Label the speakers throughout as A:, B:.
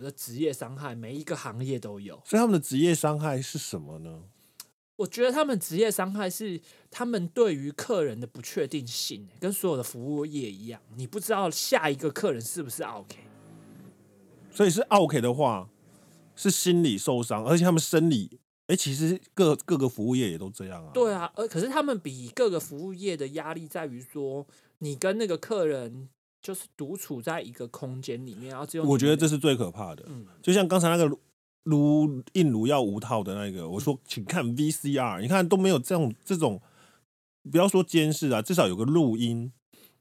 A: 的职业伤害，每一个行业都有。
B: 所以他们的职业伤害是什么呢？
A: 我觉得他们职业伤害是他们对于客人的不确定性，欸跟所有的服务业一样，你不知道下一个客人是不是 OK。
B: 所以是 OK 的话，是心理受伤，而且他们生理，哎、其实各各个服务业也都这样啊。
A: 对啊，呃，可是他们比各个服务业的压力在于说，你跟那个客人就是独处在一个空间里面，然后只有你
B: 我觉得
A: 们
B: 这是最可怕的。
A: 嗯
B: 就像刚才那个如印如要无套的那个，我说请看 VCR，你看都没有这种这种，不要说监视啊，至少有个录音，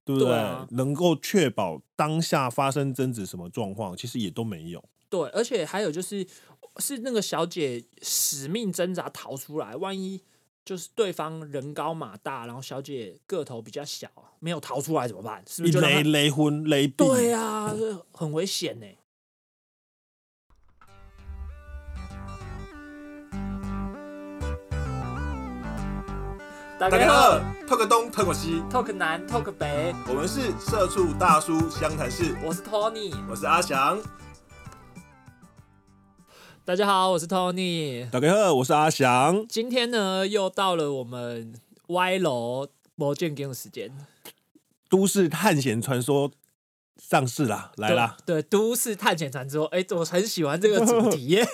B: 对不对？
A: 对啊
B: 能够确保当下发生争执什么状况，其实也都没有。
A: 对，而且还有就是是那个小姐死命挣扎逃出来，万一就是对方人高马大，然后小姐个头比较小，啊没有逃出来怎么办？是不
B: 你
A: 是就让
B: 雷
A: 她
B: 雷婚雷毙，
A: 对呀、啊，这很危险呢、大
B: 大家好，透个东，透个西，
A: ，Talk 南 Talk 北，
B: 我们是社畜大叔湘潭市，
A: 我是 Tony。
B: 我是阿翔。
A: 大家好，我是 Tony。
B: 大家好，我是阿翔。
A: 今天呢，又到了我们歪楼魔剑 game 的时间。
B: 都市探险传说上市啦，来啦，
A: 对，对都市探险传说，哎，我很喜欢这个主题 耶。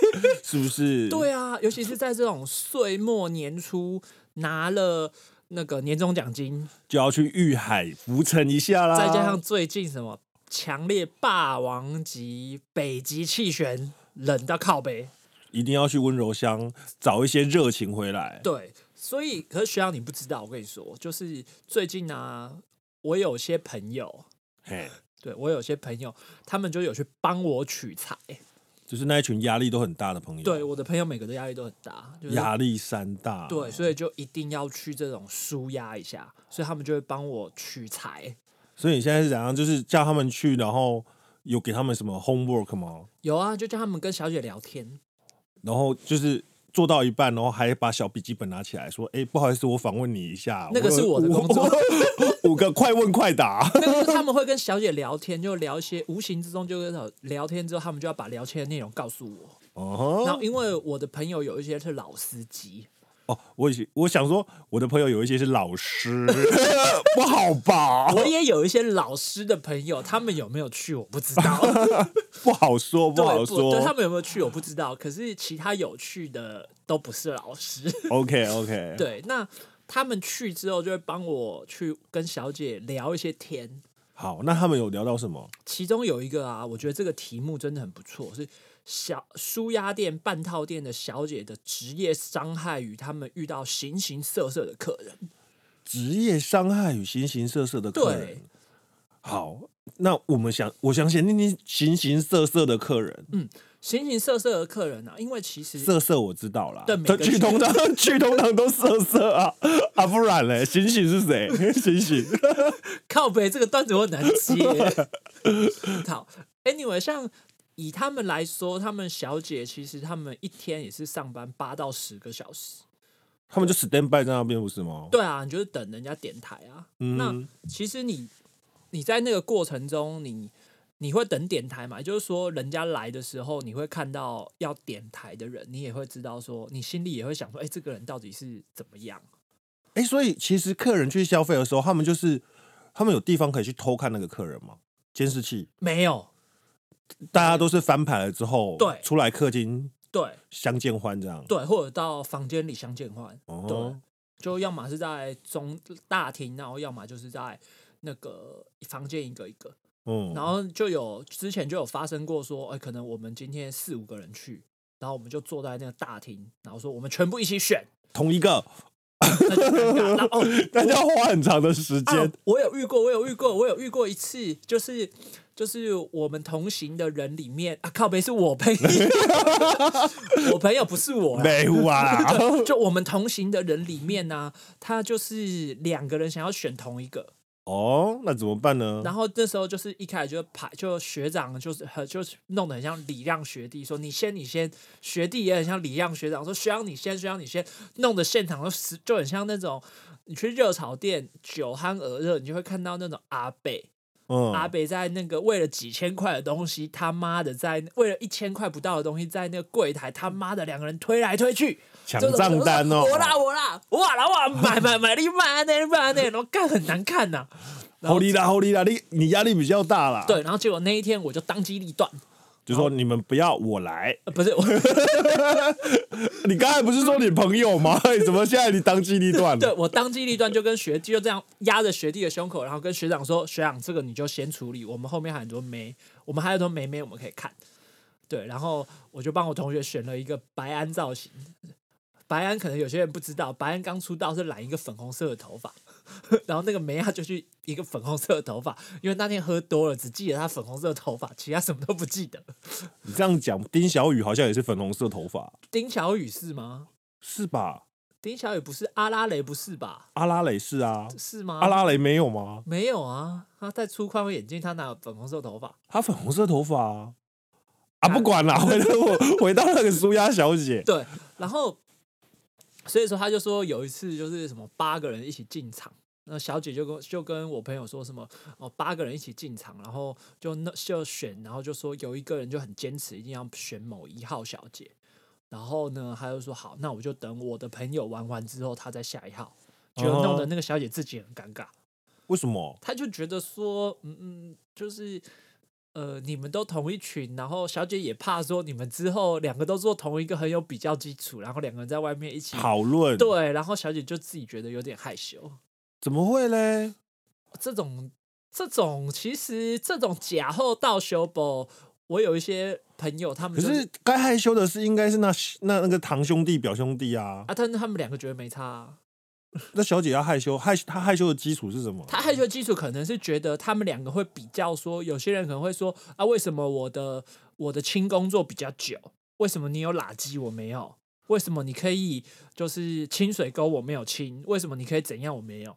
B: 是不是？
A: 对啊，尤其是在这种岁末年初拿了那个年终奖金，
B: 就要去遇海浮沉一下啦。
A: 再加上最近什么强烈霸王级北极气旋，冷到靠北。
B: 一定要去温柔乡找一些热情回来。
A: 对，所以可是学长你不知道，我跟你说，就是最近啊，我有些朋友，
B: 嘿，
A: 对我有些朋友，他们就有去帮我取材。
B: 就是那一群压力都很大的朋友，
A: 对，我的朋友每个的压力都很大，就是
B: 压力山大。
A: 对，，所以就一定要去这种舒压一下，所以他们就会帮我取材。
B: 所以你现在是怎样？就是叫他们去，然后有给他们什么 homework 吗？
A: 有啊，就叫他们跟小姐聊天。
B: 然后就是。做到一半，然后还把小笔记本拿起来说：“哎、不好意思，我访问你一下。”
A: 那个是我的工作
B: 作，五个快问快答。
A: 那 个就是他们会跟小姐聊天，就聊一些无形之中就跟聊天之后，他们就要把聊天的内容告诉我。
B: 哦
A: 然后因为我的朋友有一些是老司机，
B: 哦，我以前我想说，我的朋友有一些是老师， 不好吧？
A: 我也有一些老师的朋友，他们有没有去我不知道，
B: 不好说，不
A: 对
B: 好
A: 不对他
B: 说。
A: 们有没有去我不知道，可是其他有去的都不是老师。
B: OK OK，
A: 对，那他们去之后就会帮我去跟小姐聊一些天。
B: 好，那他们有聊到什么？
A: 其中有一个啊，我觉得这个题目真的很不错，是小舒压店半套店的小姐的职业伤害与他们遇到形形色色的客人。
B: 职业伤害与形形色色的客人
A: 对。
B: 好，那我们想，我想先听听形形色色的客人。
A: 形形色色的客人啊，因为其实
B: 色色我知道啦，
A: 对每个
B: 去通常去通常都色色啊啊，不然嘞， 形形是谁？ 形 形
A: 靠北这个段子我很难接。好，anyway，像以他们来说，他们小姐其实他们一天也是上班八到十个小时。
B: 他们就 stand by 在那边不是吗？
A: 对啊，你就是等人家点台啊。
B: 嗯，
A: 那其实你你在那个过程中你，你会等点台嘛？也就是说，人家来的时候，你会看到要点台的人，你也会知道说，你心里也会想说，哎、这个人到底是怎么样？
B: 哎、所以其实客人去消费的时候，他们就是他们有地方可以去偷看那个客人吗？监视器，
A: 没有，
B: 大家都是翻牌了之后，
A: 对
B: 出来客厅
A: 对
B: 相见欢这样。
A: 对，或者到房间里相见欢，对
B: 哦，，
A: 就要么是在中大厅，然后要么就是在那个房间一个一个，
B: 嗯
A: 然后就有之前就有发生过说，哎、可能我们今天四五个人去，然后我们就坐在那个大厅，然后说我们全部一起选，
B: 同一个，
A: 那就尴尬。然后哦，
B: 大家花很长的时间、
A: 啊，我有遇过，我有遇过，我有遇过一次，就是就是我们同行的人里面啊，靠北是我朋友， 我朋友不是我啦。
B: 没 啊哇，
A: 就我们同行的人里面呢、他就是两个人想要选同一个，
B: 哦，那怎么办呢？
A: 然后那时候就是一开始就排，就学长就是很就是弄得很像礼让学弟，说你先你先，学弟也很像礼让学长，说学长你先学长你先，弄得现场就是就很像那种你去热炒店酒酣耳热，你就会看到那种阿贝，
B: 嗯，
A: 啊阿北在那个为了几千块的东西，他妈的在为了一千块不到的东西，在那个柜台他妈的两个人推来推去，
B: 抢
A: 这种
B: 账单哦，
A: 我啦我啦，哇啦哇，买买买，你买呢你买呢，然后干很难看呐、然
B: 好
A: 后
B: 力啦好力啦，你你压力比较大啦，
A: 对，，然后结果那一天我就当机立断，
B: 就说你们不要我来，
A: 呃、不是我，
B: 你刚才不是说你朋 友吗？怎么现在你当机立断
A: 对
B: 了？
A: 我当机立断就跟学弟就这样压着学弟的胸口，然后跟学长说：“学长，这个你就先处理，我们后面还有很多妹，我们还有很多妹妹我们可以看。”对，然后我就帮我同学选了一个白安造型。白安可能有些人不知道，白安刚出道是染一个粉红色的头发， 然后那个梅亚就去一个粉红色的头发，因为那天喝多了，只记得她粉红色的头发，其他什么都不记得。
B: 你这样讲，丁小雨好像也是粉红色头发，
A: 丁小雨是吗？
B: 是吧？
A: 丁小雨不是阿拉蕾不是吧？
B: 阿拉蕾是啊，
A: 是吗？
B: 阿拉蕾没有吗？
A: 没有啊，他戴粗框眼镜，他哪有粉红色头发？
B: 她粉红色头发啊，啊不 管啦，回到我回到那个舒压小姐，
A: 对，然后所以说他就说有一次就是什么八个人一起进场，那小姐就跟就跟我朋友说什么哦八个人一起进场，然后就那就选，然后就说有一个人就很坚持一定要选某一号小姐，然后呢他就说好，那我就等我的朋友玩完之后，他再下一号，就弄得
B: 哦
A: 那个小姐自己很尴尬。
B: 为什么？
A: 他就觉得说，嗯嗯，就是呃，你们都同一群，然后小姐也怕说你们之后两个都做同一个很有比较基础，然后两个人在外面一起
B: 讨论
A: 对，然后小姐就自己觉得有点害羞。
B: 怎么会嘞？
A: 这种这种其实这种假后到修补，我有一些朋友他们
B: 可
A: 就是
B: 该害羞的是应该是那那那个堂兄弟表兄弟啊，
A: 啊，但是他们两个觉得没差啊、
B: 那小姐要害羞，害她害羞的基础是什么？
A: 他害羞的基础可能是觉得他们两个会比较说，有些人可能会说啊，为什么我的我的轻工作比较久？为什么你有垃圾我没有？为什么你可以就是清水沟我没有清？为什么你可以怎样我没有？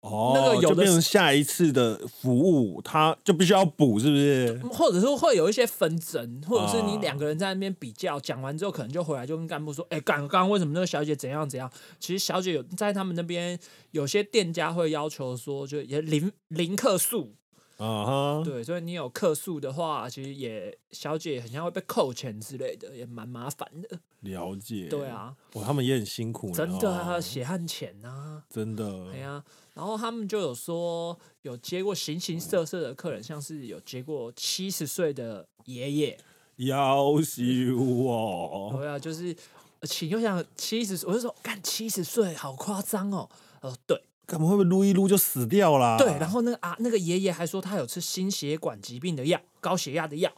B: 哦，
A: 那个有的
B: 就变成下一次的服务，她就必须要补，是不是？
A: 嗯或者说会有一些纷争，或者是你
B: 啊
A: 两个人在那边比较，讲完之后可能就回来就跟干部说，哎、干刚刚为什么那个小姐怎样怎样？其实小姐有在他们那边有些店家会要求说，就也零零客诉，
B: 啊哈，
A: 对，所以你有客诉的话，其实也小姐很像会被扣钱之类的，也蛮麻烦的。
B: 了解。
A: 对，啊，
B: 哇，他们也很辛苦呢，
A: 真的啊，
B: 哦
A: 血汗钱啊，
B: 真
A: 哎
B: 的。
A: 呀、然后他们就有说有接过形形色色的客人，像是有接过七十岁的爷爷，
B: 要死我！
A: 对啊，就是呃请又想七十，我就说干七十岁好夸张哦，哦对
B: 干嘛会不会撸一撸就死掉啦？
A: 对，然后那个啊那个爷爷还说他有吃心血管疾病的药，高血压的药，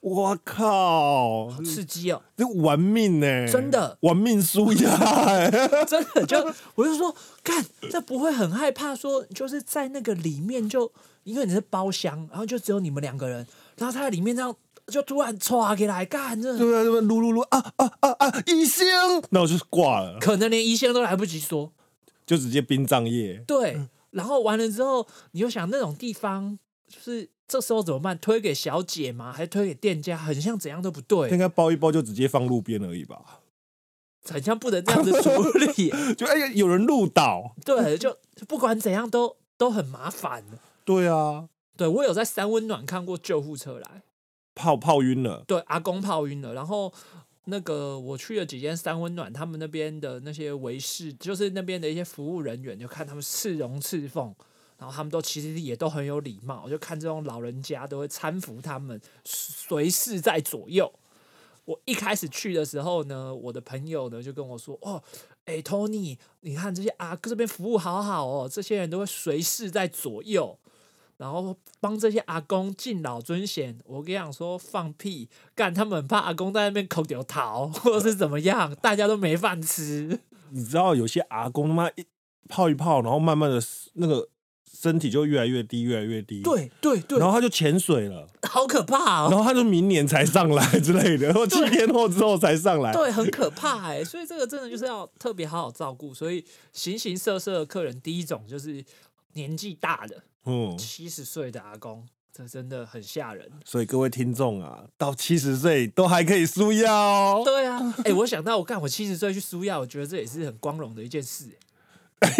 B: 我靠，
A: 好刺激哦。
B: 这玩命呢、
A: 真的
B: 玩命输 呀、
A: 真的就，我就说，干，这不会很害怕说，就是在那个里面就，因为你是包厢，然后就只有你们两个人，然后他在里面这样，就突然歘给来干，真
B: 对
A: 的
B: 不对？撸撸撸啊啊啊啊！医生，那我就挂了，
A: 可能连医生都来不及说，
B: 就直接殡葬业。
A: 对，然后完了之后，你又想那种地方，就是这时候怎么办？推给小姐吗？还推给店家？很像怎样都不
B: 应
A: 对，
B: 该包一包就直接放路边而已吧？
A: 很像不能这样子处理，
B: 就哎呀，有人路倒。
A: 对，就不管怎样都都很麻烦。
B: 对啊，
A: 对我有在三温暖看过救护车来。
B: 泡泡晕了。
A: 对，阿公泡晕了。然后那个我去了几间三温暖，他们那边的那些维士，就是那边的一些服务人员，就看他们赤荣赤凤，然后他们都其实也都很有礼貌，就看这种老人家都会搀扶他们，随侍在左右。我一开始去的时候呢，我的朋友呢就跟我说：“哦，哎、t o n y 你看这些阿哥这边服务好好哦，这些人都会随侍在左右，然后帮这些阿公敬老尊贤。我跟你讲说，放屁，干他们很怕阿公在那边口丢逃， 或者是怎么样，大家都没饭吃。
B: 你知道有些阿公他妈一泡一泡，然后慢慢的那个身体就越来越低，越来越低。。
A: 对对对
B: 然，后他就潜水了，
A: 好可怕哦，
B: 然后他就明年才上来之类的，或七天后之后才上来。
A: 对，很可怕哎、所以这个真的就是要特别好好照顾。所以形形色色的客人，第一种就是年纪大的
B: 嗯，
A: 七十岁的阿公，这真的很吓人。
B: 所以各位听众啊，到七十岁都还可以输药哦。
A: 对啊，哎、我想到我干我七十岁去输药，我觉得这也是很光荣的一件事、欸。
B: 哦
A: 哎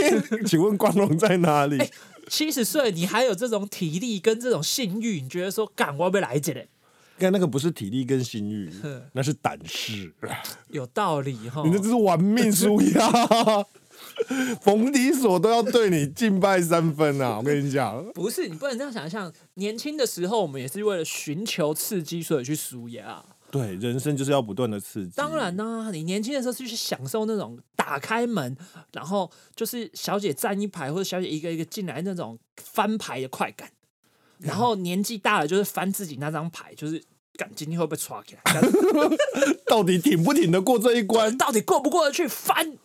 B: 请问光荣在哪里？
A: 七十岁你还有这种体力跟这种性欲，你觉得说干我要被来一嘞？
B: 看那个不是体力跟 性欲
A: 哼，
B: 那是胆识。
A: 哦有道理哈
B: 你。这就是玩命输压， 冯迪索都要对你敬拜三分啊！我跟你讲，
A: 不是你不能这样想象，年轻的时候我们也是为了寻求刺激，所以去输牙。
B: 对，人生就是要不断的刺激。
A: 当然啦、你年轻的时候是去享受那种打开门，然后就是小姐站一排或者小姐一个一个进来那种翻牌的快感，然后年纪大了就是翻自己那张牌，就是感今天会被抓起来，
B: 到底挺不挺得过这一关？
A: 到底过不过得去翻？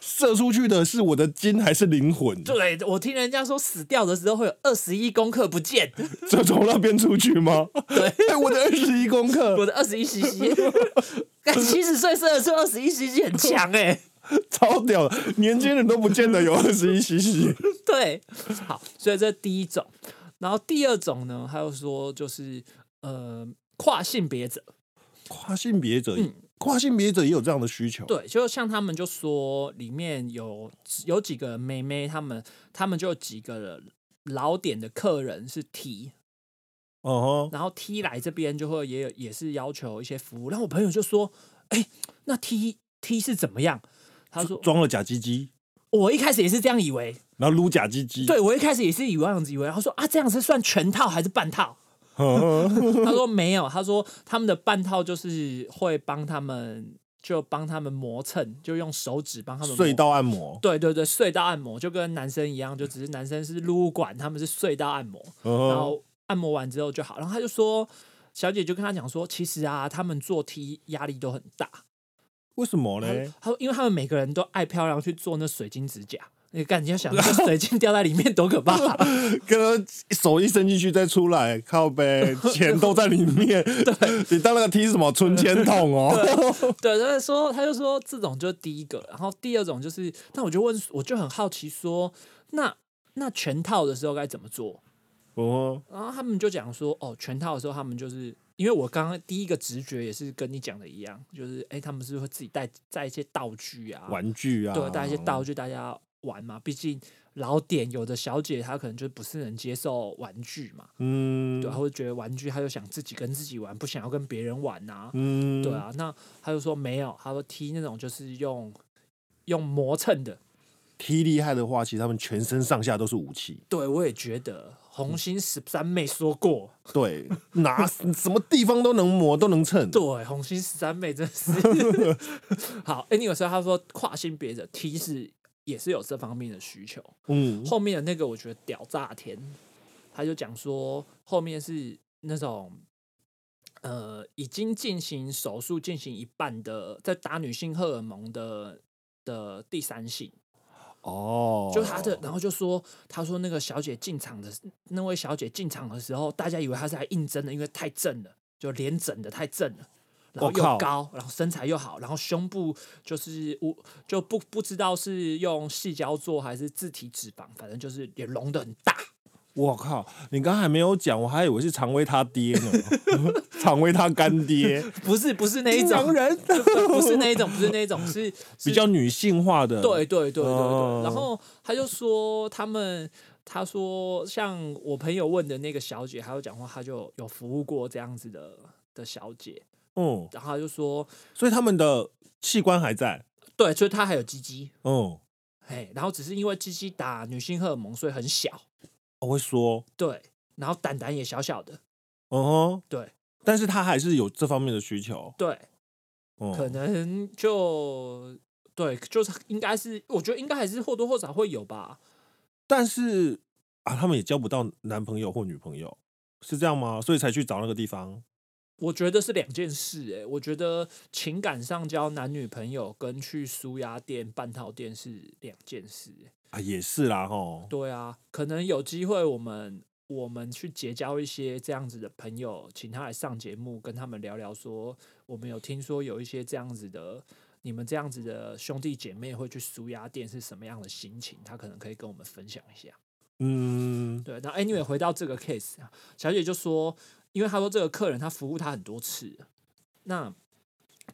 B: 射出去的是我的筋还是灵魂？
A: 对我听人家说死掉的时候会有二十一公克不见，
B: 这从那边出去吗？ 对，我的二十一公克
A: 我的二十一 cc，七十岁射得出二十一 cc 很强哎、
B: 超屌的，年轻人都不见得有二十一 cc。
A: 对，好，所以这第一种。然后第二种呢，还有说就是呃跨性别者，
B: 跨性别者，跨性别者也有这样的需求。
A: 嗯对，就像他们就说里面有有几个妹妹，他们他们就有几个老点的客人是 T，
B: 哦、
A: 然后 T 来这边就会也有也是要求一些服务。然后我朋友就说，哎、那 T T 是怎么样？他说，
B: 装了假鸡鸡，
A: 我一开始也是这样以为，
B: 然后撸假鸡鸡。
A: 对我一开始也是以为这样子以为，他说啊，这样是算全套还是半套？
B: 嗯，
A: 他说没有，他说他们的半套就是会帮他们，就帮他们磨蹭，就用手指帮他们磨
B: 隧。道按摩。
A: 对对对，隧道按摩就跟男生一样，就只是男生是撸管，他们是隧道按摩，然
B: 嗯，
A: 后按摩完之后就好。然后他就说，小姐就跟他讲说，其实啊，他们做 T 压力都很大。
B: 为什么
A: 他
B: 嘞？
A: 他说，因为他们每个人都爱漂亮，去做那水晶指甲。哎你感觉想，那个水晶掉在里面多可怕、啊
B: 跟手一伸进去再出来，靠 呗，钱都在里面。你当那个踢什么存钱筒哦？
A: 对，他就说，他就说这种就是第一个，然后第二种就是，但我就问，我就很好奇说，那那全套的时候该怎么做？
B: 哦，
A: 然后他们就讲说，哦，全套的时候他们就是，因为我刚刚第一个直觉也是跟你讲的一样，就是哎，他们是会自己带带一些道具啊，哦
B: 玩具啊，
A: 对，带一些道具大家玩嘛，毕竟老点有的小姐她可能就不是能接受玩具嘛，
B: 嗯，
A: 对，她啊会觉得玩具她就想自己跟自己玩，不想要跟别人玩呐、
B: 嗯，
A: 对，啊，那他就说没有，他说踢那种就是用用磨蹭的。
B: 踢厉害的话，其实他们全身上下都是武器。
A: 对，我也觉得红星十三妹说过，
B: 对， 拿什么地方都能磨，都能蹭。
A: 对，红星十三妹真的 是好。哎，你有时候他说跨性别者踢是也是有这方面的需求。
B: 嗯，
A: 后面的那个我觉得屌炸天，他就讲说后面是那种呃已经进行手术进行一半的，在打女性荷尔蒙的的第三性。
B: 哦，
A: 就他的，然后就说，他说那个小姐进场的那位小姐进场的时候，大家以为她是来应征的，因为太正了，就脸整的太正了，然后
B: 我靠
A: 又高，然后身材又好，然后胸部就是我就不不知道是用细胶做还是自体脂肪，反正就是也隆的很大。
B: 我靠，你刚才没有讲，我还以为是常威他爹 呢，常威他干爹，
A: 不是不是那一种人， 不是那一种，不是那一种， 是
B: 比较女性化的。
A: 对，对对对对，
B: 哦
A: 然后他就说他们，他说像我朋友问的那个小姐，她有讲话，她就有服务过这样子的的小姐，
B: 嗯，
A: 然后她就说，
B: 所以他们的器官还在。
A: 对，所以她还有鸡鸡，
B: 嗯，
A: 哎，然后只是因为鸡鸡打女性荷尔蒙，所以很小，
B: 我会说，
A: 对，然后胆胆也小小的，
B: 嗯哼，
A: 对
B: 但是他还是有这方面的需求。
A: 对，
B: 嗯，
A: 可能就对，就是应该是，我觉得应该还是或多或少会有吧，
B: 但是啊，他们也交不到男朋友或女朋友，是这样吗？所以才去找那个地方。
A: 我觉得是两件事、欸，我觉得情感上交男女朋友跟去舒压店、半套店是两件事、欸
B: 啊，也是啦，吼，
A: 对啊，可能有机会我们我们去结交一些这样子的朋友，请他来上节目，跟他们聊聊说，我们有听说有一些这样子的，你们这样子的兄弟姐妹会去舒压店是什么样的心情？他可能可以跟我们分享一下。
B: 嗯，
A: 对，那 anyway 回到这个 case，啊，小姐就说，因为她说这个客人她服务她很多次了，那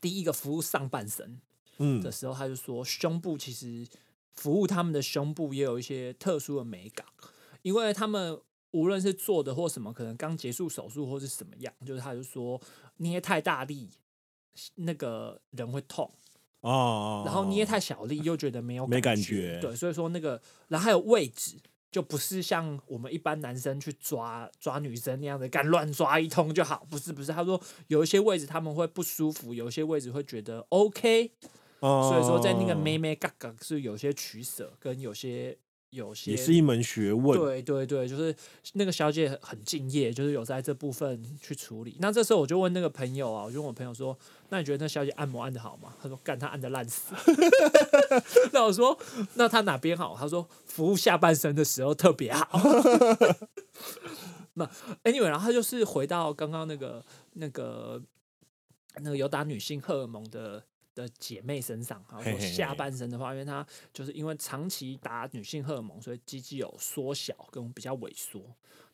A: 第一个服务上半身
B: 嗯
A: 的时候，她就说胸部其实服务他们的胸部也有一些特殊的美感，因为他们无论是做的或什么，可能刚结束手术或是什么样，就是他就说捏太大力，那个人会痛。
B: 哦哦，
A: 然后捏
B: 它
A: 太小力又觉得没有
B: 没感
A: 觉，
B: 觉
A: 对，所以说那个，然后还有位置，就不是像我们一般男生去抓抓女生那样的，敢乱抓一通就好，不是不是，他说有一些位置他们会不舒服，有一些位置会觉得 OK，所以
B: 哦
A: 说在那个妹妹嘎嘎是有些取舍，跟有些有些
B: 也是一门学问。
A: 对对对，就是那个小姐很很敬业，就是有在这部分去处理。那这时候我就问那个朋友啊，我就问我朋友说：“那你觉得那小姐按摩按的好吗？”他说：“干，她按的烂死。” 那我说：“那她哪边好？”他说：“服务下半身的时候特别好。”那 anyway，然后他就是回到刚刚那个那个那个有打女性荷尔蒙的的姐妹身上，哈，
B: 嘿
A: 说
B: 嘿嘿
A: 下半身的话，因为她就是因为长期打女性荷尔蒙，所以鸡鸡有缩小跟比较萎缩，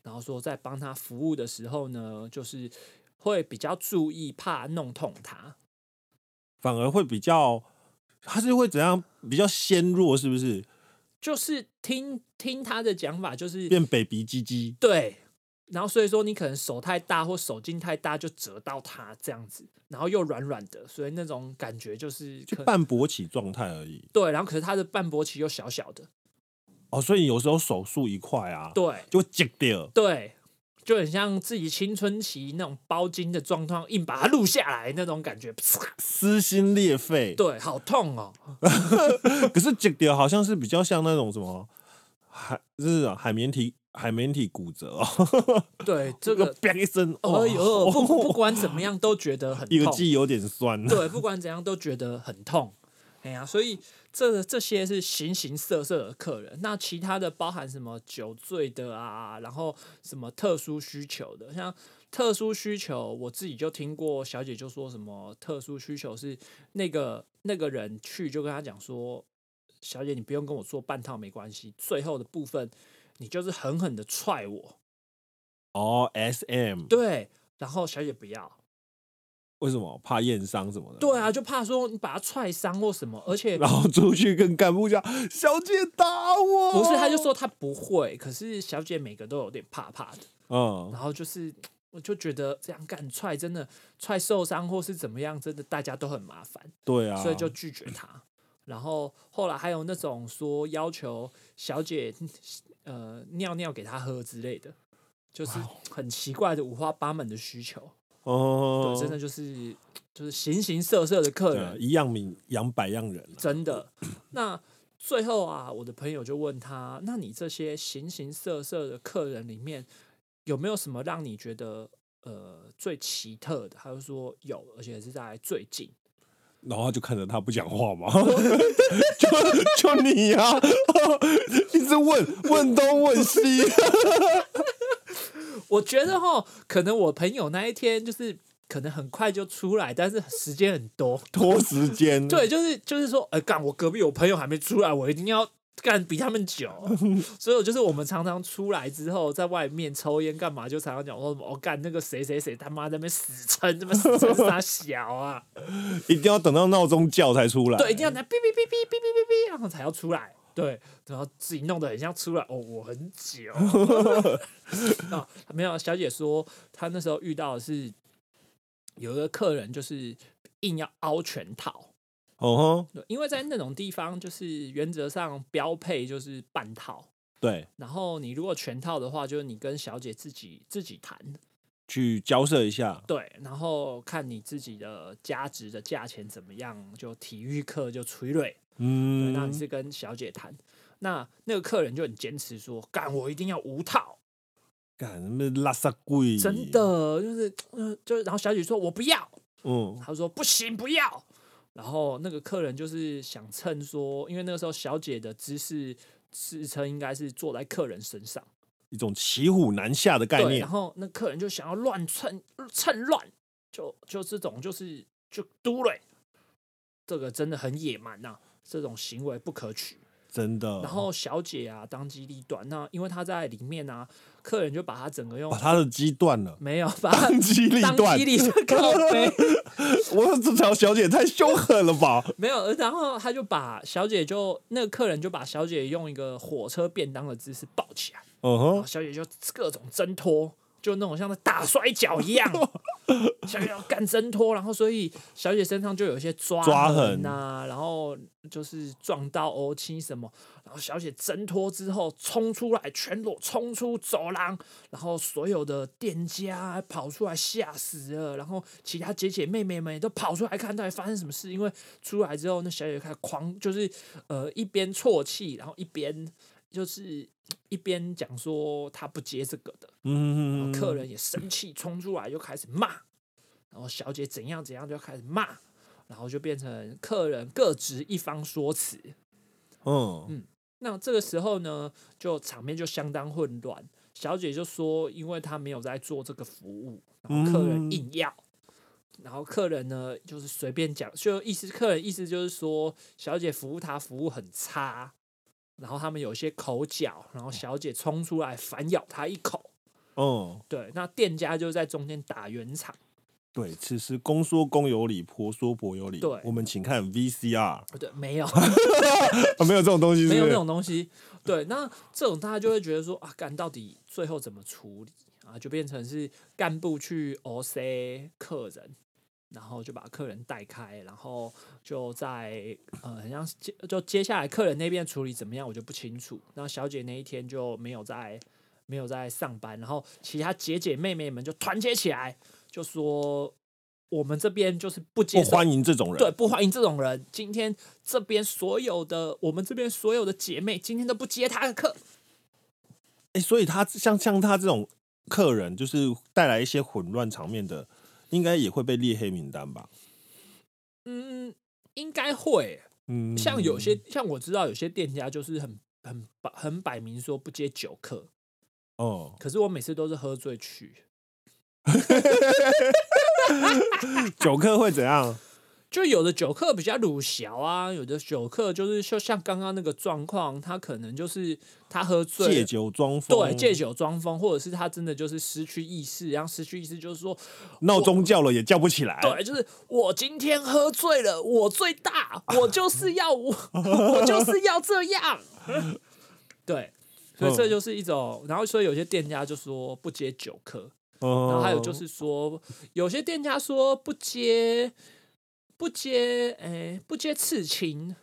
A: 然后说在帮她服务的时候呢，就是会比较注意，怕弄痛她。
B: 反而会比较，它是会怎样？比较纤弱，是不是？
A: 就是听听她的讲法，就是
B: 变 baby 鸡鸡
A: 对，然后所以说你可能手太大或手劲太大就折到她这样子，然后又软软的，所以那种感觉就是可
B: 半勃起状态而已。
A: 对，然后可是她的半勃起又小小的，
B: 哦，所以有时候手术一块啊，
A: 对。
B: 就会剪掉。
A: 对，就很像自己青春期那种包茎的状况，硬把它录下来那种感觉，啪
B: 撕心裂肺，
A: 对，好痛哦。
B: 可是剪掉好像是比较像那种什么海，就是啊海绵体海绵体骨折哦，
A: 对，这
B: 这
A: 个，
B: 啪一声，哦
A: 哎呦，不不管怎么样都觉得很
B: 一个
A: 痛，
B: 季有点酸。
A: 对，不管怎样都觉得很痛。哎呀，所以这这些是形形色色的客人，那其他的包含什么酒醉的啊，然后什么特殊需求的，像特殊需求，我自己就听过小姐就说什么特殊需求是那个那个人去就跟他讲说，小姐你不用跟我做半套没关系，最后的部分你就是狠狠的踹我，
B: 哦，S M，
A: 对，然后小姐不要，
B: 为什么怕验伤什么的？
A: 对啊，就怕说你把他踹伤或什么，而且
B: 然后出去跟干部讲：“小姐打我。”
A: 不是，他就，说他不会，可是小姐每个都有点怕怕的，
B: 嗯，
A: 然后就是我就觉得这样干踹真的踹受伤或是怎么样，真的大家都很麻烦，
B: 对啊，
A: 所以就拒绝他。然后后来还有那种说要求小姐呃尿尿给他喝之类的，就是很奇怪的五花八门的需求，
B: 哦
A: 对，，真的就是就是形形色色的客
B: 对
A: 人
B: 啊，，一样米养百样人啊、
A: 真的。 那最后啊，我的朋友就问他：“那你这些形形色色的客人里面，有没有什么让你觉得呃最奇特的？”他就说有，而且是在最近。
B: 然后就看着他不讲话 嘛，就就你呀、 一直问问东问西，
A: 我觉得哈，可能我朋友那一天就是可能很快就出来，但是时间很多。
B: 拖时 间。
A: 对，，就是就是说，呃，干我隔壁有朋友还没出来，我一定要干比他们久。所以我就是我们常常出来之后，在外面抽烟干嘛，就常常讲说什么，我、哦、干那个谁谁谁他妈在那边死撑，他妈死撑啥小啊？
B: 一定要等到闹钟叫才出来。
A: 对，一定要拿哔哔哔哔哔哔哔哔，然后才要出来。对，然后自己弄得很像出来哦，我很久 啊，没有小姐说她那时候遇到的是有一个客人，就是硬要凹全套。
B: 哦吼，
A: 对，因为在那种地方，就是原则上标配就是半套，
B: 对，
A: 然后你如果全套的话，就是你跟小姐自己自己谈，
B: 去交涉一下。
A: 对，然后看你自己的价值的价钱怎么样，就体育课就催蕊，对，
B: 嗯，
A: 那你是跟小姐谈，那那个客人就很坚持说，干我一定要无套，
B: 干什么拉萨鬼？
A: 真，的就是，呃、就是，然后小姐说我不要，
B: 嗯，
A: 他说不行，不要。然后那个客人就是想趁说，因为那个时候小姐的姿势支撑应该是坐在客人身上，
B: 一种骑虎难下的概
A: 对。
B: 念
A: 然。后那客人就想要乱趁趁乱，就就这种就是
B: 嗯
A: 就嘟了，这个真的很野蛮呐、这种行为不可取。
B: 真的。
A: 然后小姐啊当机立断，那因为她在里面啊，客人就把她整个用
B: 把他的鸡断了，
A: 没有把她
B: 当机立
A: 当
B: 断
A: 机。立断 靠背，
B: 我说这条小姐太凶狠了 吧？
A: 没有，呃然后她就把小姐就那个客人就把小姐用一个火车便当的姿势抱起来，
B: 嗯
A: 然
B: 哼
A: 后，小姐就各种挣脱。就那种像在大摔跤一样，小姐要干挣脱，然后所以小姐身上就有一些抓
B: 抓
A: 痕
B: 痕
A: 呐、然后就是撞到欧青什么，然后小姐挣脱之后冲出来，全裸冲出走廊，然后所有的店家跑出来吓死了，然后其他姐姐妹妹们也都跑出来看到底发生什么事，因为出来之后那小姐就开始狂，就是呃一边啜泣，然后一边就是一边讲说她不接这个的，
B: 嗯，
A: 客人也生气冲出来就开始骂，然后小姐怎样怎样就开始骂，然后就变成客人各执一方说辞。
B: 嗯，
A: 那这个时候呢，就场面就相当混乱。小姐就说，因为她没有在做这个服务，然后客人
B: 嗯
A: 硬要，然后客人呢就是随便讲，就意思客人意思就是说，小姐服务她服务很差，然后他们有一些口角，然后小姐冲出来反咬她一口。
B: 嗯，
A: 对，那店家就在中间打圆场。
B: 对，其实公说公有理，婆说婆有理。
A: 对
B: 我们请看 VCR，、啊、
A: 对，没 有，
B: 没有这种东西是不
A: 没
B: 是，
A: 有那种东西。对，那这种大家就会觉得说啊，干到底最后怎么处理啊？就变成是干部去 O C 客人，然后就把客人带开，然后就在呃，很像是接就接下来客人那边处理怎么样，我就不清楚。那小姐那一天就没有在没有在上班，然后其他姐姐妹妹们就团结起来，就说我们这边就是不接
B: 不
A: 受
B: 哦欢迎这种人。
A: 对，不欢迎这种人。今天这边所有的，我们这边所有的姐妹，今天都不接他的课。
B: 哎、所以他像像他这种客人，就是带来一些混乱场面的，应该也会被列黑名单吧？
A: 嗯，应该会。
B: 嗯，
A: 像有些，像我知道有些店家就是很很很摆明说不接酒客，
B: 哦，
A: 可是我每次都是喝醉去，
B: 酒客会怎样？
A: 就有的酒客比较鲁小啊，有的酒客就是就像刚刚那个状况，他可能就是他喝醉了
B: 借酒装疯，
A: 对借酒装疯，或者是他真的就是失去意识，然后失去意识就是说
B: 闹钟叫了也叫不起来。
A: 对，就是我今天喝醉了，我最大，我就是要我， 我就是要这样。 对，所以这
B: 嗯
A: 就是一种，然后所以有些店家就说不接酒客，
B: 嗯，
A: 然
B: 然
A: 后还有就是说，有些店家说不接不接，哎、不接刺青，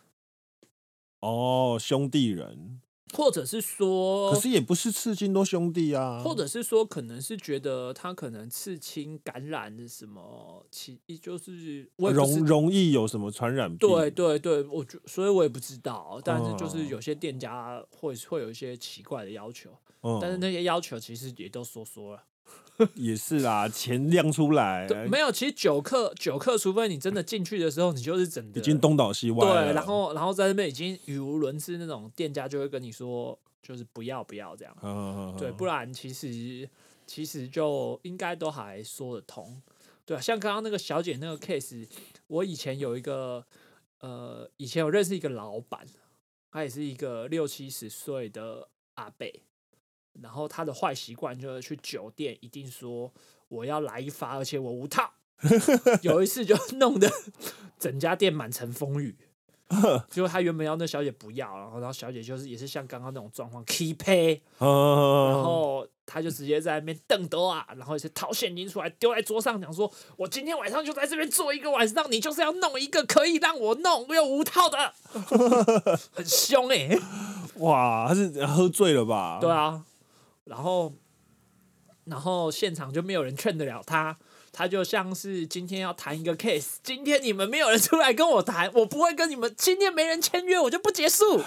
B: 哦，兄弟人，
A: 或者是说，
B: 可是也不是刺青都兄弟啊，
A: 哦或者是说，可能是觉得他可能刺青感染什么，其就是我也不
B: 容
A: 是
B: 容易有什么传染病？
A: 对，对对，我就所以我也不知道，但是就是
B: 嗯
A: 有些店家会会有一些奇怪的要求，
B: 嗯，
A: 但是那些要求其实也都说说了，
B: 也是啦，钱亮出来，
A: 对，没有，其实酒客酒客，除非你真的进去的时候，你就是整的
B: 已经东倒西歪了。
A: 对，然后然后在那边已经语无伦次那种店家就会跟你说，就是不要不要这样，
B: 嗯，嗯，嗯
A: 对，不然其实其实就应该都还说得通，对啊，像刚刚那个小姐那个 case，我以前有一个呃，以前有认识一个老板，他也是一个六七十岁的阿伯，然后他的坏习惯就是去酒店一定说我要来一发，而且我无套。有一次就 弄得整家店满城风雨，结果他原本要那小姐不要，然后然后小姐就是也是像刚刚那种状况 k e pay，
B: 嗯嗯嗯
A: 然
B: 嗯嗯
A: 后他就直接在那边瞪兜啊，然后是掏现金出来丢在桌上，讲说：“我今天晚上就在这边坐一个晚上，你就是要弄一个可以让我弄又无套的， 很凶哎、
B: 哇，他是喝醉了吧？
A: 对啊，然后然后现场就没有人劝得了他。他就像是今天要谈一个 case，今天你们没有人出来跟我谈，我不会跟你们，今天没人签约，我就不结束。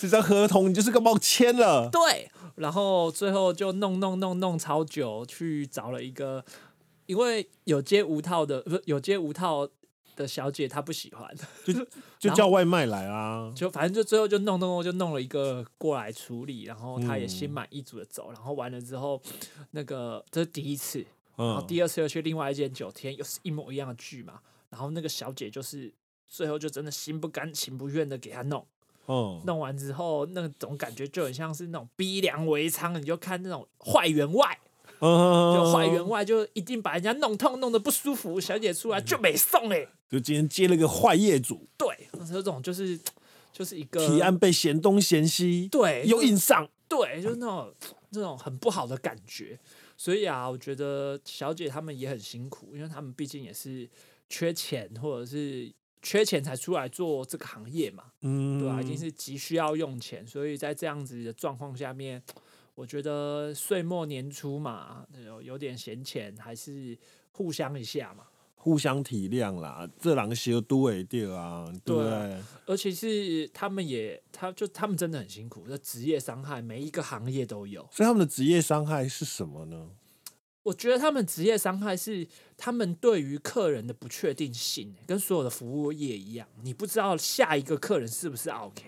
B: 这张合同你就是跟我签了。
A: 对，然后最后就弄弄弄弄超久，去找了一个，因为有接无套的，不是有接无套的小姐，她不喜欢，
B: 就
A: 然后
B: 叫外卖来啊。
A: 就反正就最后就弄弄弄，就弄了一个过来处理，然后她也心
B: 嗯
A: 满意足的走，然后完了之后，那个这是第一次，然后
B: 嗯，
A: 第二次又去另外一间酒店，又是一模一样的剧嘛，然后那个小姐就是最后就真的心不甘情不愿的给她弄。
B: 嗯嗯，
A: 弄完之后，那种感觉就很像是那种逼良为娼，你就看那种坏员外，
B: 嗯
A: 就
B: 就
A: 坏员外就一定把人家弄痛，弄得不舒服，小姐出来就没送哎、
B: 就今天接了个坏业主，
A: 对，这种就是就是一个
B: 提案被嫌东嫌西，
A: 对
B: 又硬上，
A: 对，就是那种那种很不好的感觉。所以啊，我觉得小姐她们也很辛苦，因为她们毕竟也是缺钱，或者是缺钱才出来做这个行业嘛，
B: 嗯，
A: 对吧、啊已经是急需要用钱，所以在这样子的状况下面，我觉得岁末年初嘛，有有点闲钱，还是互相一下嘛。
B: 互相体谅啦，这两个鞋都会掉啊，对不
A: 对啊
B: 对？
A: 而且是他们也，他就他们真的很辛苦，这职业伤害每一个行业都有。
B: 所以他们的职业伤害是什么呢？
A: 我觉得他们职业伤害是他们对于客人的不确定性，欸跟所有的服务业一样，你不知道下一个客人是不是 OK。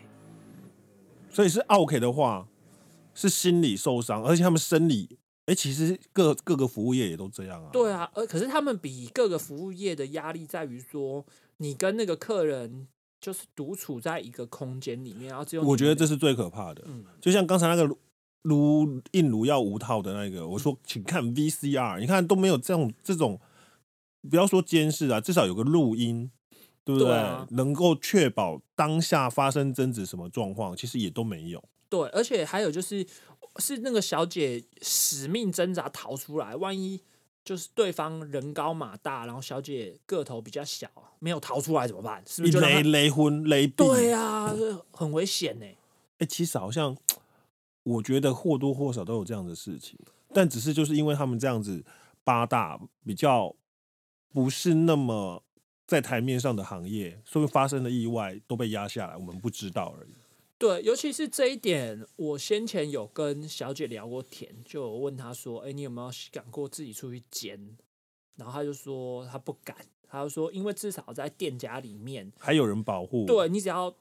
B: 所以是 OK 的话，是心理受伤，而且他们生理，哎、其实各各个服务业也都这样啊。
A: 对啊，呃，可是他们比各个服务业的压力在于说，你跟那个客人就是独处在一个空间里面，然后只有你
B: 我觉得
A: 们
B: 这是最可怕的。
A: 嗯
B: 就像刚才那个卢印卢要无套的那个，我说请看 VCR，你看都没有这种这种，不要说监视啊，至少有个录音，对不对？
A: 对啊
B: 能够确保当下发生争执什么状况，其实也都没有。
A: 对，而且还有就是是那个小姐死命挣扎逃出来，万一就是对方人高马大，然后小姐个头比较小，啊没有逃出来怎么办？是不
B: 你
A: 是就让她
B: 雷雷婚雷毙，
A: 对呀、啊，这很危险呢、
B: 哎、其实好像我觉得或多或少都有这样的事情，但只是就是因为他们这样子八大比较不是那么在台面上的行业，所以发生的意外都被压下来，我们不知道而已。
A: 对，尤其是这一点，我先前有跟小姐聊过天，就有问她说：“哎、你有没有想过自己出去煎？”然后她就说她不敢，她就说因为至少在店家里面，
B: 还有人保护，
A: 对你只要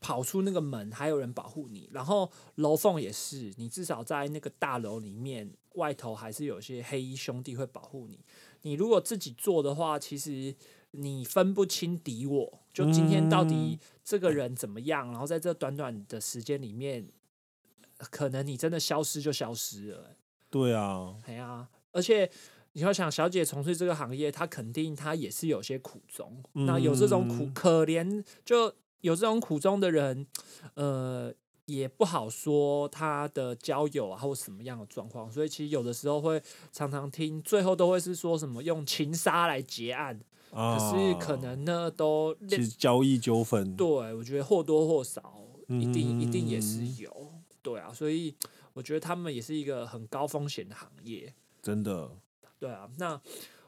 A: 跑出那个门，还有人保护你。然后楼缝也是，你至少在那个大楼里面，外头还是有些黑衣兄弟会保护你。你如果自己做的话，其实你分不清敌我。就今天到底这个人怎么样，然后在这短短的时间里面，可能你真的消失就消失了、
B: 对啊，
A: 哎呀，而且你要想，小姐从事这个行业，她肯定她也是有些苦衷。那有这种苦
B: 嗯，
A: 可怜就有这种苦衷的人，呃，也不好说他的交友啊或什么样的状况。所以其实有的时候会常常听，最后都会是说什么用情杀来结案，
B: 啊
A: 可是可能呢都
B: 其实交易纠纷，
A: 对，我觉得或多或少一定、一定也是
B: 嗯
A: 有，对啊，所以我觉得他们也是一个很高风险的行业。
B: 真的
A: 对啊，那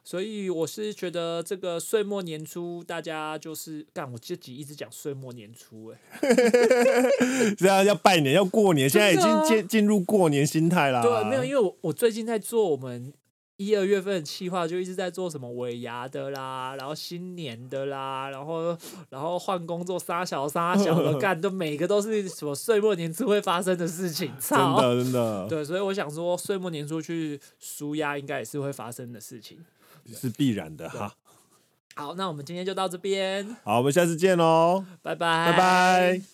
A: 所以我是觉得这个岁末年初，大家就是干，我自己一直讲岁末年初、欸，
B: 这样要拜年要过年，现在已
A: 真的啊
B: 经进进入过年心态啦。
A: 对，啊没有，因为我我最近在做我们一二月份的企划，就一直在做什么尾牙的啦，然后新年的啦，然后然后换工作杀小杀小 的干，都每个都是什么岁末年初会发生的事情，
B: 真
A: 操！
B: 的真的
A: 对，所以我想说，岁末年初去舒压，应该也是会发生的事情。
B: 是必然的哈。
A: 好，那我们今天就到这边，
B: 好，我们下次见喽，哦
A: 拜拜，
B: 拜拜。